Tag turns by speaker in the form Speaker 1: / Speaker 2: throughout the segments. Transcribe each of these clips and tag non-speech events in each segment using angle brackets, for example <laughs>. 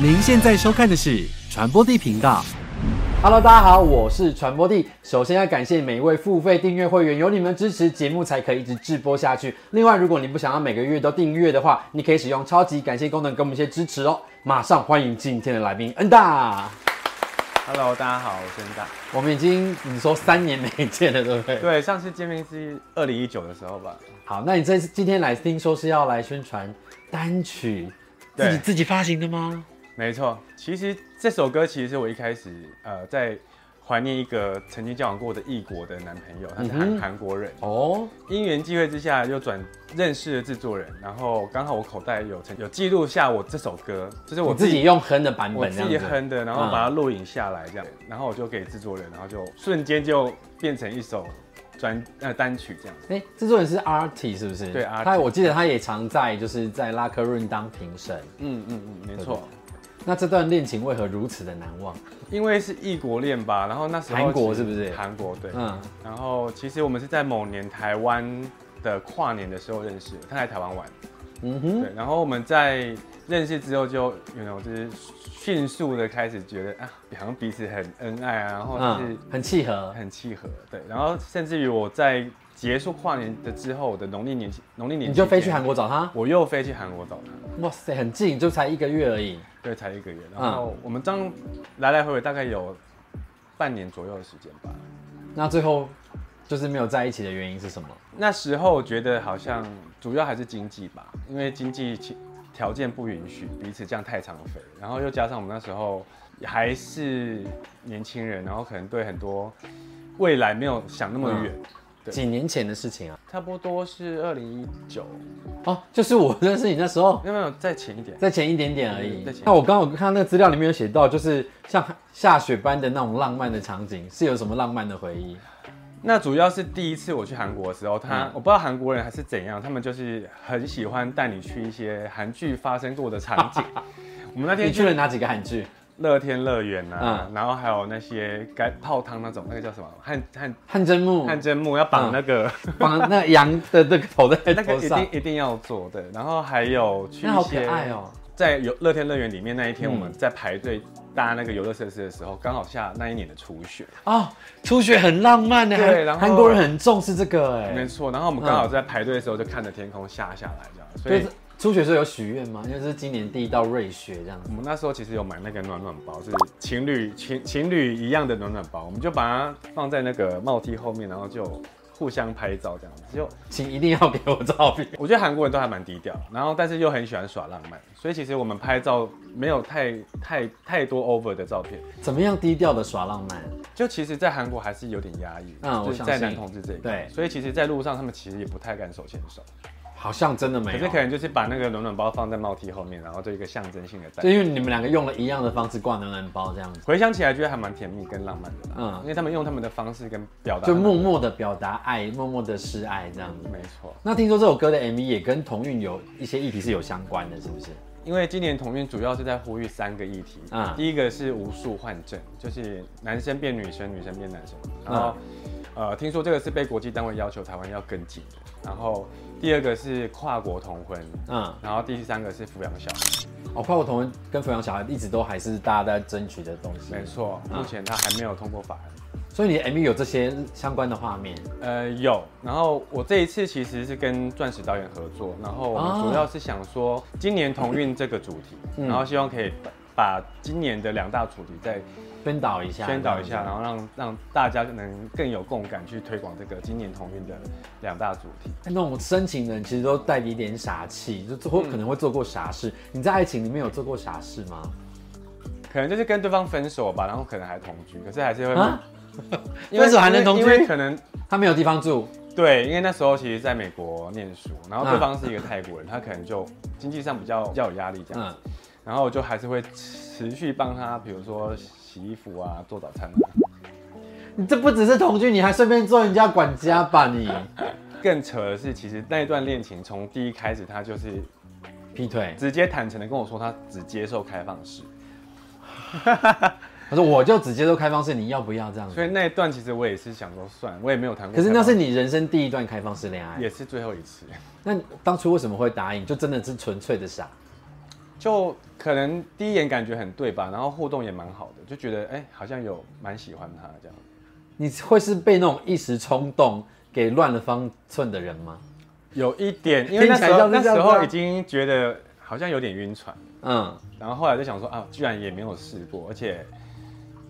Speaker 1: 您现在收看的是传播地频道。
Speaker 2: Hello，大家好，我是传播帝。首先要感谢每一位付费订阅会员，有你们支持，节目才可以一直直播下去。另外，如果你不想要每个月都订阅的话，你可以使用超级感谢功能给我们一些支持哦。马上欢迎今天的来宾恩大，
Speaker 3: Hello，大家好，我是恩大。
Speaker 2: 我们已经你说三年没见了，对不对？。
Speaker 3: 对，上次见面是二零一九的时候吧？
Speaker 2: 好，那你这次今天来，听说是要来宣传单曲，自己
Speaker 3: 对
Speaker 2: 自己发行的吗？
Speaker 3: 没错，其实这首歌其实是我一开始呃在怀念一个曾经交往过的异国的男朋友，他
Speaker 2: 嗯
Speaker 3: 是韩
Speaker 2: 哼
Speaker 3: 韩、国人。
Speaker 2: 哦，
Speaker 3: 因缘际会之下，又转认识了制作人，然后刚好我口袋有曾有记录下我这首歌，就是
Speaker 2: 我
Speaker 3: 我
Speaker 2: 自
Speaker 3: 自
Speaker 2: 己
Speaker 3: 己。
Speaker 2: 用哼的版
Speaker 3: 我
Speaker 2: 本，这
Speaker 3: 自
Speaker 2: 样
Speaker 3: 己
Speaker 2: 子。
Speaker 3: 哼的，然后把它录影下来，这样，然后我就给制作人，然后就瞬间就变成一首专呃单曲这样。
Speaker 2: 哎、制作人是 RT 是不是？
Speaker 3: 对，RT
Speaker 2: 他我记得他也常在就是在拉科润当评审。
Speaker 3: 嗯嗯嗯，没错。
Speaker 2: 那这段恋情为何如此的难忘？
Speaker 3: 因为是异国恋吧，然后那时候
Speaker 2: 韩国
Speaker 3: 其实
Speaker 2: 是不是
Speaker 3: 韩国对，
Speaker 2: 嗯，
Speaker 3: 然后其实我们是在某年台湾的跨年的时候认识的，他来台湾玩，
Speaker 2: 嗯哼，
Speaker 3: 对，然后我们在认识之后就，you know，就是迅速的开始觉得啊，好像彼此很恩爱啊，然后就是
Speaker 2: 嗯，很契合。
Speaker 3: 很契合，对，然后甚至于我在结束跨年的之后我的农历年农历年，
Speaker 2: 你就飞去韩，国找他？
Speaker 3: 我又飞去韩国找他，
Speaker 2: 哇塞，很近，就才一个月而已。
Speaker 3: 对，才一个月，然
Speaker 2: 嗯
Speaker 3: 后我们这样来来回回大概有半年左右的时间吧。
Speaker 2: 那最后就是没有在一起的原因是什么？
Speaker 3: 那时候觉得好像主要还是经济吧，因为经济其条件不允许彼此这样太常飞，然后又加上我们那时候还是年轻人，然后可能对很多未来没有想那么远，
Speaker 2: 嗯
Speaker 3: 对
Speaker 2: 几年前的事情啊？
Speaker 3: 差不多是二零一九，
Speaker 2: 哦，就是我认识你那时候，
Speaker 3: 有没有再前一点？
Speaker 2: 在前一点点而已
Speaker 3: 嗯再前一。点
Speaker 2: 那我刚刚有看到那个资料里面有写到，就是像下雪般的那种浪漫的场景，是有什么浪漫的回忆？
Speaker 3: 那主要是第一次我去韩国的时候，他、
Speaker 2: 嗯
Speaker 3: 我不知道韩国人还是怎样，他们就是很喜欢带你去一些韩剧发生过的场
Speaker 2: <laughs>
Speaker 3: 景。我们那
Speaker 2: 你
Speaker 3: 天
Speaker 2: 去了哪几个韩剧？
Speaker 3: 乐天乐园啊，
Speaker 2: 嗯
Speaker 3: 然后还有那些该泡汤那种，那个叫什么汗汗
Speaker 2: 汗蒸木
Speaker 3: 汗蒸木要绑那个，
Speaker 2: 绑那个羊的那个头在
Speaker 3: <laughs> 那个
Speaker 2: 嗯头
Speaker 3: 一
Speaker 2: 上
Speaker 3: 定，一定要做对。然后还有去
Speaker 2: 那
Speaker 3: 一
Speaker 2: 好可
Speaker 3: 些、
Speaker 2: 爱哦。
Speaker 3: 在游乐天乐园里面那一天，
Speaker 2: 嗯
Speaker 3: 我们在排队搭那个游乐设施的时候，刚好下那一年的初雪，
Speaker 2: 哦，初雪很浪漫的，
Speaker 3: 对
Speaker 2: 韩
Speaker 3: 然后
Speaker 2: 韩国人很重视这个
Speaker 3: 没
Speaker 2: 哎。
Speaker 3: 错。然后我们刚好在排队的时候就看着天空下下来这样，所
Speaker 2: 就
Speaker 3: 以
Speaker 2: 是初雪的时候有许愿吗？因为这是今年第一道瑞雪这样子
Speaker 3: 我。们那时候其实有买那个暖暖包，是情侣情情侣一样的暖暖包，我们就把它放在那个帽 T 后面，然后就互相拍照这样子，就
Speaker 2: 请一定要给我照片。 <laughs>
Speaker 3: <laughs> 我觉得韩国人都还蛮低调，然后但是又很喜欢耍浪漫，所以其实我们拍照没有太太太多 over 的照片，
Speaker 2: 怎么样低调的耍浪漫？
Speaker 3: 就其实，在韩国还是有点压抑，
Speaker 2: 嗯
Speaker 3: 就
Speaker 2: 我
Speaker 3: 是
Speaker 2: 相
Speaker 3: 在
Speaker 2: 信
Speaker 3: 男同志这一块，
Speaker 2: 对
Speaker 3: 所以其实，在路上他们其实也不太敢手牵手，
Speaker 2: 好像真的没有。
Speaker 3: 可是可能就是把那个暖暖包放在帽 T 后面，然后做一个象征性的
Speaker 2: 就
Speaker 3: 带。
Speaker 2: 因为你们两个用了一样的方式挂暖暖包这样子，
Speaker 3: 回想起来，觉得还蛮甜蜜跟浪漫的啦，
Speaker 2: 嗯
Speaker 3: 因为他们用他们的方式跟表达，
Speaker 2: 就默，默的表达爱，默默的示爱这样子。
Speaker 3: 没错。
Speaker 2: 那听说这首歌的 MV 也跟同运有一些议题是有相关的，是不是？
Speaker 3: 因为今年同运主要是在呼吁三个议题，
Speaker 2: 嗯
Speaker 3: 第一个是无数患症，就是男生变女生，女生变男生，然后、呃，听说这个是被国际单位要求台湾要跟进的，然后第二个是跨国同婚，
Speaker 2: 嗯，
Speaker 3: 然后第三个是抚养小孩，
Speaker 2: 哦，跨国同婚跟抚养小孩一直都还是大家在争取的东西。
Speaker 3: 没错，
Speaker 2: 嗯
Speaker 3: 目前他还没有通过法案。
Speaker 2: 所以你的 MV 有这些相关的画面，
Speaker 3: 呃，有。然后我这一次其实是跟钻石导演合作，然后我
Speaker 2: 哦
Speaker 3: 们主要是想说今年同运这个主题，
Speaker 2: 嗯
Speaker 3: 然后希望可以把把今年的两大主题再
Speaker 2: 宣导一下，
Speaker 3: 宣导一
Speaker 2: 这
Speaker 3: 下，
Speaker 2: 样子
Speaker 3: 然后让让大家能更有共感去推广这个今年同运的两大主题。
Speaker 2: 那种深情的人其实都带着一点傻气，就做
Speaker 3: 嗯
Speaker 2: 可能会做过傻事。你在爱情里面有做过傻事吗？
Speaker 3: 可能就是跟对方分手吧，然后可能还同居，可是还是会
Speaker 2: 啊，
Speaker 3: <laughs> 因为
Speaker 2: 分手还能同居
Speaker 3: 因为因为可能
Speaker 2: 他没有地方住，
Speaker 3: 对，因为那时候其实在美国念书，然后对
Speaker 2: 啊
Speaker 3: 方是一个泰国人，他可能就经济上比较比较有压力这样，
Speaker 2: 嗯，
Speaker 3: 然后我就还是会持续帮他，比如说洗衣服啊、做早餐啊。
Speaker 2: 你这不只是同居，你还顺便做人家管家吧你？
Speaker 3: 更扯的是，其实那一段恋情从第一开始，他就是
Speaker 2: 劈腿，
Speaker 3: 直接坦诚的跟我说，他只接受开放式。
Speaker 2: 他说我就只接受开放式，你要不要这样子？
Speaker 3: 所以那一段其实我也是想说算，我也没有谈过。
Speaker 2: 可是那是你人生第一段开放式恋爱，
Speaker 3: 也是最后一次，
Speaker 2: 那当初为什么会答应？就真的是纯粹的傻，
Speaker 3: 就可能第一眼感觉很对吧，然后互动也蛮好的，就觉得哎、好像有蛮喜欢他这样。
Speaker 2: 你会是被那种一时冲动给乱了方寸的人吗？
Speaker 3: 有一点，因为那时
Speaker 2: 听起来
Speaker 3: 候
Speaker 2: 像
Speaker 3: 那
Speaker 2: 是这样
Speaker 3: 时
Speaker 2: 子啊
Speaker 3: 候已经觉得好像有点晕船，
Speaker 2: 嗯，
Speaker 3: 然后后来就想说啊，居然也没有试过，而且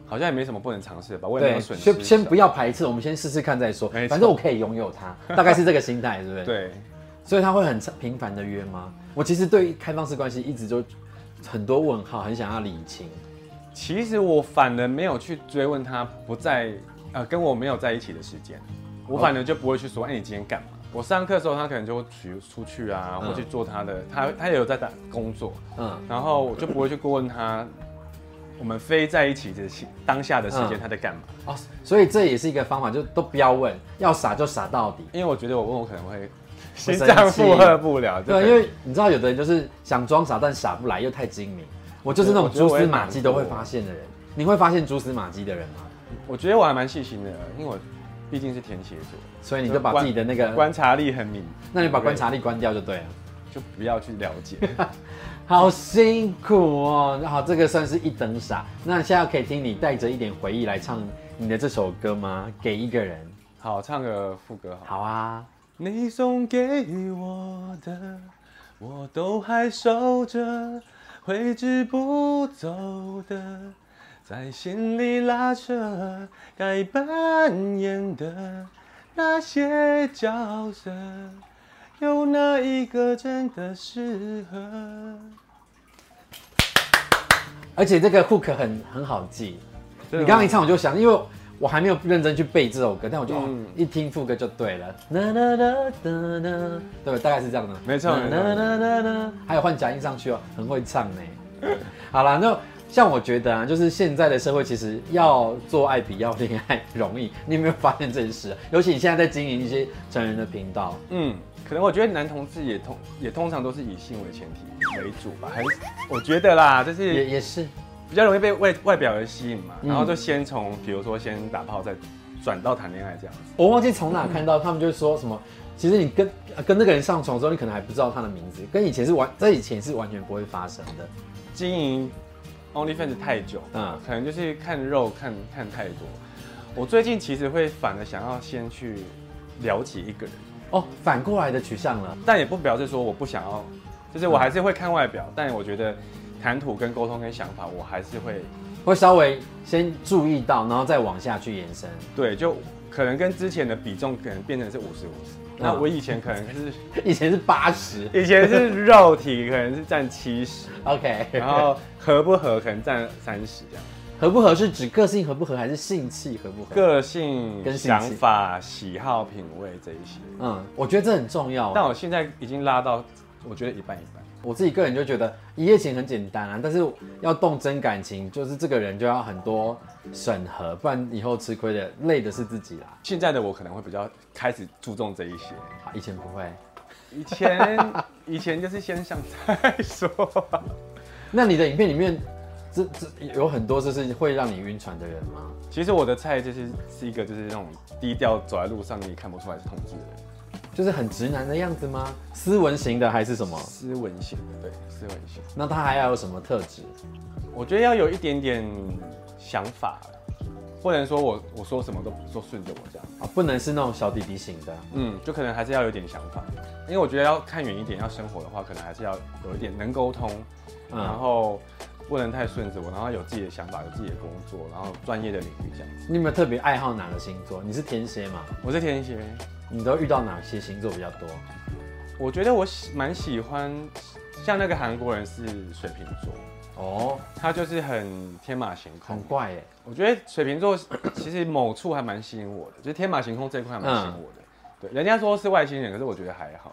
Speaker 3: 好像也没什么不能尝试的吧，我也没
Speaker 2: 对，
Speaker 3: 有损失什么。
Speaker 2: 先先不要排斥，我们先试试看再说。
Speaker 3: 没错
Speaker 2: 反正我可以拥有它，
Speaker 3: <laughs>
Speaker 2: 大概是这个心态，是不是？。
Speaker 3: 对，
Speaker 2: 所以他会很频繁的约吗？我其实对开放式关系一直就很多问号，很想要理清。
Speaker 3: 其实我反而没有去追问他不在呃跟我没有在一起的时间，我反而就不会去说，哎、你今天干嘛？我上课的时候，他可能就会去出去啊，
Speaker 2: 嗯
Speaker 3: 或去做他的，他他也有在打工作，
Speaker 2: 嗯，
Speaker 3: 然后我就不会去过问他，我们非在一起的时当下的时间
Speaker 2: 嗯
Speaker 3: 他在干嘛。
Speaker 2: 哦，所以这也是一个方法，就都不要问，要傻就傻到底。
Speaker 3: 因为我觉得我问我可能
Speaker 2: <laughs>
Speaker 3: 会
Speaker 2: 生气
Speaker 3: 心脏负荷不了，
Speaker 2: 对，
Speaker 3: 这个
Speaker 2: 因为你知道，有的人就是想装傻，但傻不来，又太精明。我就是那种
Speaker 3: 我觉得
Speaker 2: 蛛
Speaker 3: 我
Speaker 2: 丝
Speaker 3: 也
Speaker 2: 马
Speaker 3: 蛮
Speaker 2: 迹都会
Speaker 3: 多
Speaker 2: 发现的人。你会发现蛛丝马迹的人吗？
Speaker 3: 我觉得我还蛮细心的，因为我毕竟是天蝎座，
Speaker 2: 所以你就把自己的那个，
Speaker 3: 观察力很敏，
Speaker 2: 那你把观察力关掉就对了。
Speaker 3: 就不要去了解。
Speaker 2: 好辛苦哦，好，这个算是一等傻。那现在可以听你带着一点回忆来唱你的这首歌吗？给一个人，
Speaker 3: 好，唱个副歌好。
Speaker 2: 好啊。
Speaker 3: 你送给我的，我都还守着，挥之不走的，在心里拉扯，该扮演的那些角色，有哪一个真的适合？
Speaker 2: 而且这个 hook 很很好记，你
Speaker 3: 真的吗
Speaker 2: 刚刚一唱我就想，因为我还没有认真去背这首歌，但我就、
Speaker 3: 嗯
Speaker 2: 哦一听副歌就对了，啦啦啦啦啦，对，大概是这样的，
Speaker 3: 没错没错
Speaker 2: 啦啦啦啦，还有换假音上去哦，很会唱呢。好啦，那像我觉得啊，就是现在的社会其实要做爱比要恋爱容易，你有没有发现这件事啊？尤其你现在在经营一些成人的频道，
Speaker 3: 嗯，可能我觉得男同志也通也通常都是以性为前提为主吧，还是我觉得啦，就是
Speaker 2: 也也是，
Speaker 3: 比较容易被外外表而吸引嘛，
Speaker 2: 嗯
Speaker 3: 然后就先从比如说先打炮，再转到谈恋爱这样子。
Speaker 2: 我忘记从哪看到，他们就说什么，其实你跟呃跟那个人上床之后，你可能还不知道他的名字，跟以前是完，在以前是完全不会发生的。
Speaker 3: 经营 OnlyFans 太久，
Speaker 2: 嗯
Speaker 3: 嗯，可能就是看肉看看太多。我最近其实会反而想要先去了解一个人，
Speaker 2: 哦，反过来的取向了。
Speaker 3: 但也不表示说我不想要，就是我还是会看外表，但我觉得谈吐跟沟通跟想法，我还是会
Speaker 2: 会稍微先注意到，然后再往下去延伸。 <laughs>
Speaker 3: 对，就可能跟之前的比重可能变成是五十五十。那我以前可能是 <laughs>
Speaker 2: 以前是八十
Speaker 3: 以前是肉体，可能是占七十。
Speaker 2: ，OK，
Speaker 3: 然后合不合可能占三十这样，
Speaker 2: 合不合是指个性合不合，还是性气合不合？
Speaker 3: 个性
Speaker 2: 跟、兴趣
Speaker 3: 想法、喜好、品味这一些。
Speaker 2: 嗯，我觉得这很重要。啊
Speaker 3: 但我现在已经拉到，我觉得一半一半。
Speaker 2: 我自己个人就觉得一夜情很简单啊，但是要动真感情，就是这个人就要很多审核，不然以后吃亏的累的是自己啦。
Speaker 3: 现在的我可能会比较开始注重这一些，
Speaker 2: 好以前不会。
Speaker 3: 以前以前就是先上再说吧。
Speaker 2: 那你的影片里面，这这有很多就是会让你晕船的人吗？
Speaker 3: 其实我的菜就是是一个就是那种低调走在路上你也看不出来是同志的人，
Speaker 2: 就是很直男的样子吗？斯文型的还是什么？
Speaker 3: 斯文型的，对，斯文型。
Speaker 2: 那他还要有什么特质？
Speaker 3: 我觉得要有一点点想法，不能说我我说什么都都顺着我这样。
Speaker 2: 啊，不能是那种小弟弟型的。
Speaker 3: 嗯，就可能还是要有点想法，因为我觉得要看远一点，要生活的话，可能还是要有一点能沟通，然
Speaker 2: 嗯，
Speaker 3: 后不能太顺着我，然后有自己的想法，有自己的工作，然后专业的领域这样子。
Speaker 2: 你有没有特别爱好哪个星座？你是天蝎嘛？
Speaker 3: 我是天蝎，
Speaker 2: 你都遇到哪些星座比较多？
Speaker 3: 我觉得我喜蛮喜欢，像那个韩国人是水瓶座，
Speaker 2: 哦，
Speaker 3: 他就是很天马行
Speaker 2: 很
Speaker 3: 空。
Speaker 2: 怪耶。
Speaker 3: 我觉得水瓶座其实某处还蛮吸引我的，就是天马行空这一块还蛮吸引我的。对，人家说是外星人，可是我觉得还好。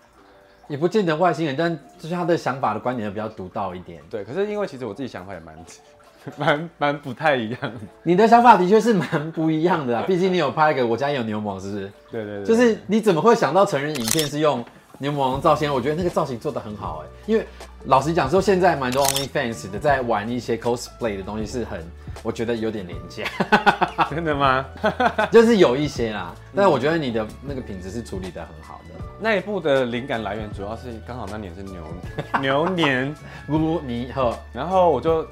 Speaker 2: 也不见得外星人，但就是他的想法的观点比较独到一点。
Speaker 3: 对，可是因为其实我自己想法也蛮 <laughs> 蛮蛮不太一样的。
Speaker 2: 你的想法的确是蛮不一样的啊，毕竟你有拍一个《我家有牛虻》，是不是？
Speaker 3: 对对对，
Speaker 2: 就是你怎么会想到成人影片是用牛魔王造型，我觉得那个造型做的很好哎、因为老实讲说，现在蛮多 OnlyFans 的在玩一些 cosplay 的东西，是很我觉得有点廉价，
Speaker 3: <laughs> 真的吗？
Speaker 2: 就是有一些
Speaker 3: 嗯
Speaker 2: 啦，但是我觉得你的那个品质是处理的很好的。
Speaker 3: 那一部的灵感来源主要是刚好那年是牛 <laughs> 牛年，
Speaker 2: 不不，你和
Speaker 3: 然后我就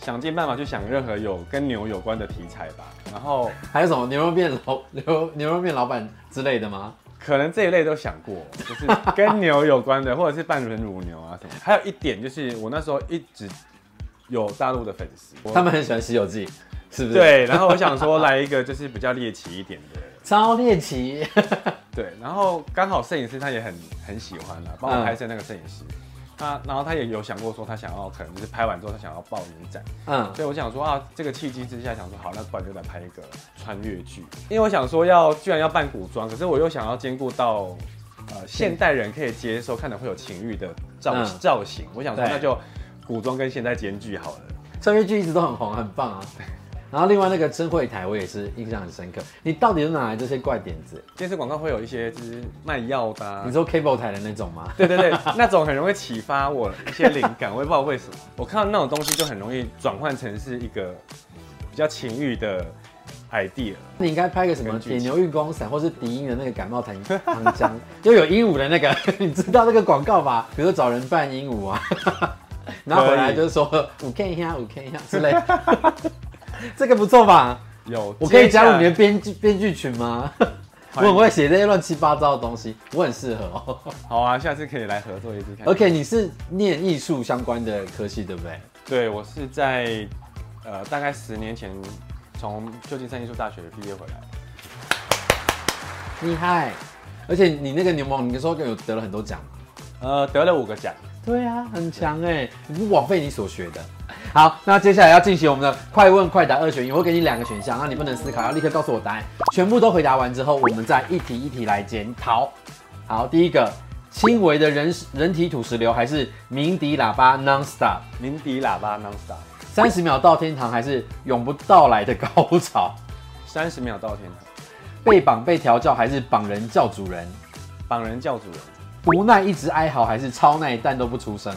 Speaker 3: 想尽办法去想任何有跟牛有关的题材吧，然后
Speaker 2: 还有什么牛肉面老牛肉牛肉面老板之类的吗？
Speaker 3: 可能这一类都想过，就是跟牛有关
Speaker 2: <laughs>
Speaker 3: 的，或者是半人乳牛啊什么。还有一点就是，我那时候一直有大陆的粉丝，我
Speaker 2: 他们很喜欢《西游记》，是不是？，
Speaker 3: 哦对，然后我想说来一个就是比较猎奇一点的，
Speaker 2: 超猎奇。
Speaker 3: 对，然后刚好摄影师他也很很喜欢啦，
Speaker 2: 嗯
Speaker 3: 帮我拍摄那个摄影师，他然后他也有想过说他想要可能就是拍完之后他想要报影展，
Speaker 2: 嗯，
Speaker 3: 所以我想说啊，这个契机之下想说好，那不然就来拍一个穿越剧，因为我想说要居然要扮古装，可是我又想要兼顾到呃现代人可以接受，看着会有情欲的造、
Speaker 2: 嗯
Speaker 3: 造型，我想说
Speaker 2: 对
Speaker 3: 那就古装跟现代兼具好了。
Speaker 2: 穿越剧一直都很红，很棒啊。然后另外那个真会台，我也是印象很深刻。你到底是哪来这些怪点子？
Speaker 3: 电视广告会有一些就是卖药的、啊
Speaker 2: 你，说 cable 台的那种吗？
Speaker 3: 对对对，那种很容易启发我一些灵感，我也不知道为什么。我看到那种东西就很容易转换成是一个比较情欲的 idea。
Speaker 2: 你应该拍个什么
Speaker 3: 跟剧
Speaker 2: 铁
Speaker 3: 情
Speaker 2: 牛运功伞，或是敌音的那个感冒 <laughs> 糖糖浆，又有鹦鹉的那个，你知道那个广告吧？比如说找人扮鹦鹉啊， <laughs> 然后回来就是说呃五 K 一下，五 K 一下之类 <laughs> 的，这个不错吧？
Speaker 3: 有，
Speaker 2: 我可以加入你的编剧编剧群吗？我很会写这些乱七八糟的东西，我很适合哦。
Speaker 3: 好啊，下次可以来合作一次看。
Speaker 2: OK，你是念艺术相关的科系对不对？
Speaker 3: 对我是在呃大概十年前从旧金山艺术大学毕业回来，
Speaker 2: 厉害！而且你那个牛毛，你说有得了很多奖吗？
Speaker 3: 呃得了五个奖。
Speaker 2: 对啊，很强哎、你不枉费你所学的。好，那接下来要进行我们的快问快答二选一，我会给你两个选项，那你不能思考，要立刻告诉我答案。全部都回答完之后，我们再一题一题来检讨。好，第一个，轻微的人人体土石流还是鸣笛喇叭 nonstop，
Speaker 3: 鸣笛喇叭 nonstop，
Speaker 2: 三十秒到天堂还是永不到来的高潮？ <laughs>
Speaker 3: 三十秒到天堂，
Speaker 2: 被绑被调教还是绑人叫主人？
Speaker 3: 绑人教主人，
Speaker 2: 无奈一直哀嚎还是超耐但都不出声？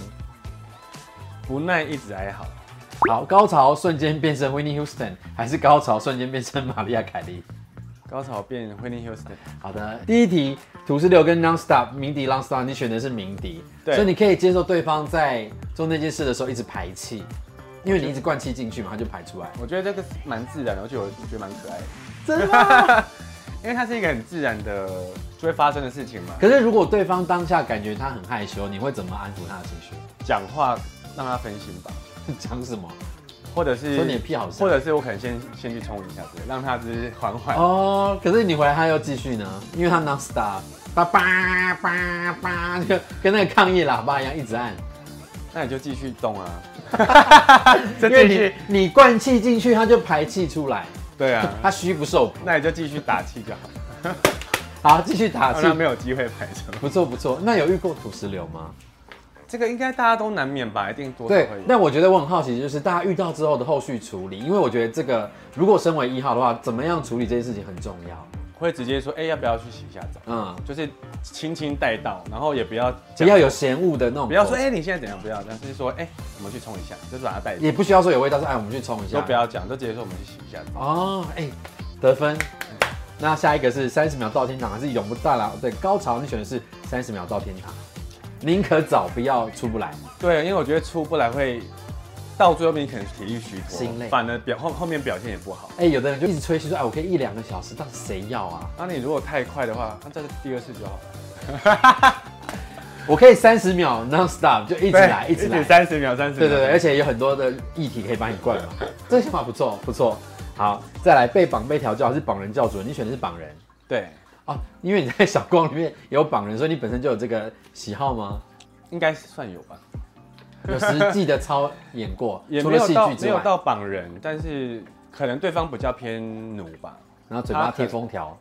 Speaker 3: 不耐一直哀嚎，
Speaker 2: 好，高潮瞬间变身 Winnie Houston，还是高潮瞬间变身玛丽亚凯莉？
Speaker 3: 高潮变 Whitney Houston。
Speaker 2: 好的，第一题，土石流跟 Nonstop 鸣笛 Nonstop，你选的是鸣笛，
Speaker 3: 对
Speaker 2: 所以你可以接受对方在做那件事的时候一直排气，因为你一直灌气进去嘛，它就排出来。
Speaker 3: 我觉得这个是蛮自然的，而且我觉得蛮可爱的，
Speaker 2: 真的？
Speaker 3: <laughs> 因为它是一个很自然的就会发生的事情嘛。
Speaker 2: 可是如果对方当下感觉他很害羞，你会怎么安抚他的情绪？
Speaker 3: 讲话让他分心吧，
Speaker 2: 讲什么？
Speaker 3: 或者是
Speaker 2: 说你的屁好香
Speaker 3: 嗯或者是我可能先先去冲一下之类，让他就是缓缓。
Speaker 2: 哦，可是你回来他又继续呢，因为他 Nonstop，叭叭叭叭，就跟那个抗议喇叭一样一直按。
Speaker 3: 那你就继续
Speaker 2: <laughs>
Speaker 3: 动啊，
Speaker 2: 因为你你灌气进去，它就排气出来，
Speaker 3: 对啊，
Speaker 2: 它虚不受补。
Speaker 3: 那你就继续打气就好，
Speaker 2: 好，继续 <laughs> 打气
Speaker 3: 让他，没有机会排球。
Speaker 2: 不错不错。那有遇过土石流吗？
Speaker 3: 这个应该大家都难免吧，一定多少
Speaker 2: 对
Speaker 3: 会，有。
Speaker 2: 那我觉得我很好奇，就是大家遇到之后的后续处理，因为我觉得这个如果身为一号的话，怎么样处理这件事情很重要。
Speaker 3: 会直接说，哎、要不要去洗一下澡？
Speaker 2: 嗯，
Speaker 3: 就是轻轻带到，然后也不要
Speaker 2: 不
Speaker 3: 讲
Speaker 2: 要有嫌恶的那种口，
Speaker 3: 不要说，哎、你现在怎样？不要，但是说，哎、我们去冲一下，就是把它带
Speaker 2: 也不需要说有味道，说哎，我们去冲一下，
Speaker 3: 都不要讲，就直接说我们去洗一下澡。
Speaker 2: 哦，哎、得分。那下一个是三十秒到天堂，还是永不到老的高潮？你选的是三十秒到天堂，宁可早不要出不来。
Speaker 3: 对，因为我觉得出不来会到最后面可能体力虚
Speaker 2: 心累
Speaker 3: 脱，反而表后后面表现也不好。
Speaker 2: 哎、有的人就一直吹嘘说，哎，我可以一两个小时，但谁要啊？
Speaker 3: 那、你如果太快的话，那、这是第二次就好了，
Speaker 2: 我可以三十秒 non stop 就一
Speaker 3: 一
Speaker 2: 直来，一直来。
Speaker 3: 三十秒，三十
Speaker 2: 对
Speaker 3: 秒。
Speaker 2: 对对，而且有很多的议题可以帮你灌嘛， <laughs> 这个想法不错不错。好，再来被绑被调教还是绑人教主？你选的是绑人
Speaker 3: 对，
Speaker 2: 哦，因为你在小光里面有绑人，所以你本身就有这个喜好
Speaker 3: <laughs>
Speaker 2: 吗？
Speaker 3: 应该算有吧，
Speaker 2: 有实际的操演过，
Speaker 3: 也
Speaker 2: 除
Speaker 3: 没
Speaker 2: 了
Speaker 3: 有
Speaker 2: 戏
Speaker 3: 到
Speaker 2: 剧
Speaker 3: 没
Speaker 2: 之
Speaker 3: 有
Speaker 2: 外，
Speaker 3: 到绑人，但是可能对方比较偏奴吧。
Speaker 2: 然后嘴巴
Speaker 3: 他可
Speaker 2: 贴
Speaker 3: 能
Speaker 2: 封条，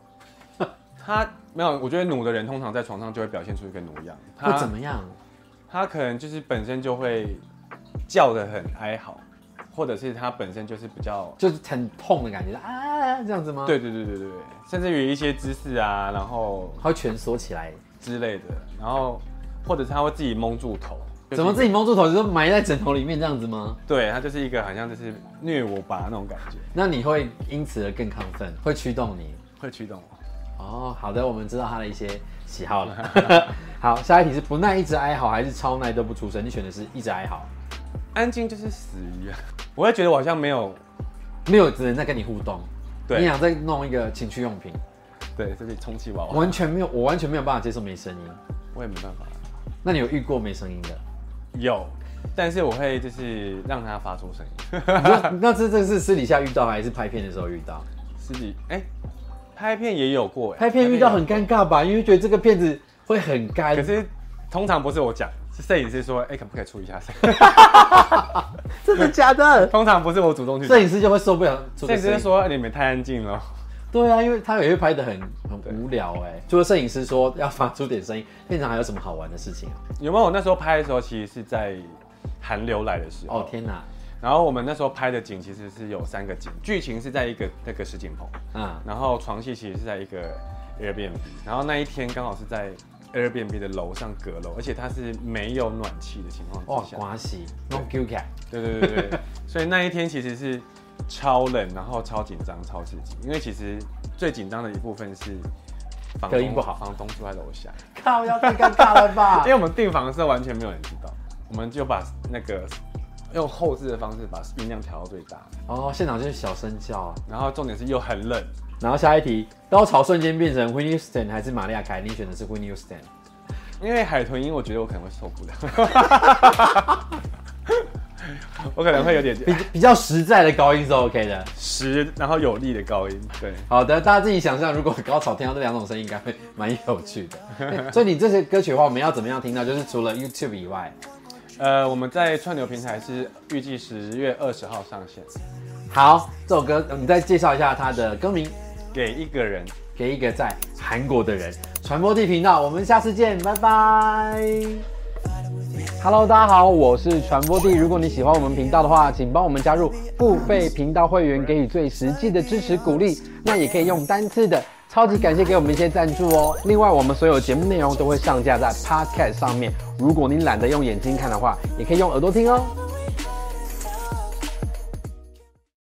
Speaker 3: 他没有，我觉得奴的人通常在床上就会表现出一个奴样，
Speaker 2: 会
Speaker 3: 他
Speaker 2: 怎么样？
Speaker 3: 他可能就是本身就会叫的很哀嚎，或者是他本身就是比较
Speaker 2: 就是很痛的感觉啊，这样子吗？，
Speaker 3: 对对对对对，对甚至于一些姿势啊，然后
Speaker 2: 他会蜷缩起来，
Speaker 3: 之类的，然后或者是他会自己蒙住头，
Speaker 2: 怎么自
Speaker 3: 己？
Speaker 2: 己蒙住头，就是埋在枕头里面这样子吗？
Speaker 3: 对他就是一个好像就是虐我吧那种感觉，
Speaker 2: 那你会因此而更亢奋，会驱动你。
Speaker 3: 会驱动我。
Speaker 2: 哦，好的，我们知道他的一些喜好
Speaker 3: <laughs>
Speaker 2: 了。好，下一题是不耐一直哀嚎，还是超耐都不出声？你选的是一直哀嚎，
Speaker 3: 安静就是死鱼，啊我会觉得我好像没有
Speaker 2: 没有人在跟你互动，你
Speaker 3: 对
Speaker 2: 想再弄一个情趣用品，
Speaker 3: 对，这是充气娃娃，
Speaker 2: 完全没有，我完全没有办法接受没声
Speaker 3: <laughs>
Speaker 2: 音。
Speaker 3: 我也没办法。
Speaker 2: 那你有遇过没声音的？
Speaker 3: 有，但是我会就是让它发出声音。 <laughs>
Speaker 2: 那那这这是私底下遇到还是拍片的时候遇到？
Speaker 3: 自己哎、拍片也有过哎、
Speaker 2: 拍片遇到很尴尬吧，因为觉得这个片子会很干
Speaker 3: 可。是通常不是我讲，是摄影师说哎、可不可以出一下 <laughs> 声？
Speaker 2: 真的假
Speaker 3: <laughs>
Speaker 2: 的？
Speaker 3: 通常不是我主动去讲
Speaker 2: 摄，影师就会受不了这
Speaker 3: 摄
Speaker 2: 个
Speaker 3: 影师
Speaker 2: 声
Speaker 3: 就
Speaker 2: 音。
Speaker 3: 说哎你们太安静了。
Speaker 2: 对啊，因为他也会拍的很很无聊哎、除了摄影师说要发出点声音，片场还有什么好玩的事情啊？
Speaker 3: 有没有？我那时候拍的时候其实是在寒流来的时候，
Speaker 2: 哦天哪，
Speaker 3: 然后我们那时候拍的景其实是有三个景，剧情是在一个那个实景棚，
Speaker 2: 啊、
Speaker 3: 然后床戏其实是在一个 Airbnb，然后那一天刚好是在 Airbnb 的楼上阁楼，而且它是没有暖气的情况
Speaker 2: 哇
Speaker 3: 之下，
Speaker 2: 瓜西弄 Q 卡，
Speaker 3: 对对对对，对所以那一天其实是超冷，然后超紧张、超刺激，因为其实最紧张的一部分是房
Speaker 2: 隔音
Speaker 3: 东
Speaker 2: 不好
Speaker 3: 房东住在楼下，
Speaker 2: 靠，要太尴尬了吧
Speaker 3: 因为我们订房的时候完全没有人知道，我们就把那个用后置的方式把音量调到最大，
Speaker 2: <laughs> 哦，现场就是小声叫啊。
Speaker 3: 然后重点是又很冷，
Speaker 2: 然后下一题，高潮瞬间变成 Whitney Houston 还是玛利亚凯莉？你选的是 Whitney Houston。
Speaker 3: 因为海豚音我觉得我可能会受不了， <laughs> 我可能会有点
Speaker 2: 比比较实在的高音是 OK 的。
Speaker 3: 实，然后有力的高音，对。
Speaker 2: 好的，大家自己想象，如果高潮听到这两种声音，应该会蛮有趣的。 <laughs> 欸所以你这些歌曲的话，我们要怎么样听到？就是除了 YouTube 以外，
Speaker 3: 呃，我们在串流平台是预计十月二十号上线，
Speaker 2: 好，这首歌呃你再介绍一下它的歌名，
Speaker 3: 给一个人
Speaker 2: 给一个在韩国的人。传播地频道，我们下次见，拜拜。Hello，大家好，我是传播地。如果你喜欢我们频道的话，请帮我们加入付费频道会员，给予最实际的支持鼓励。那也可以用单次的，超级感谢给我们一些赞助哦。另外，我们所有节目内容都会上架在 Podcast 上面。如果你懒得用眼睛看的话，也可以用耳朵听哦。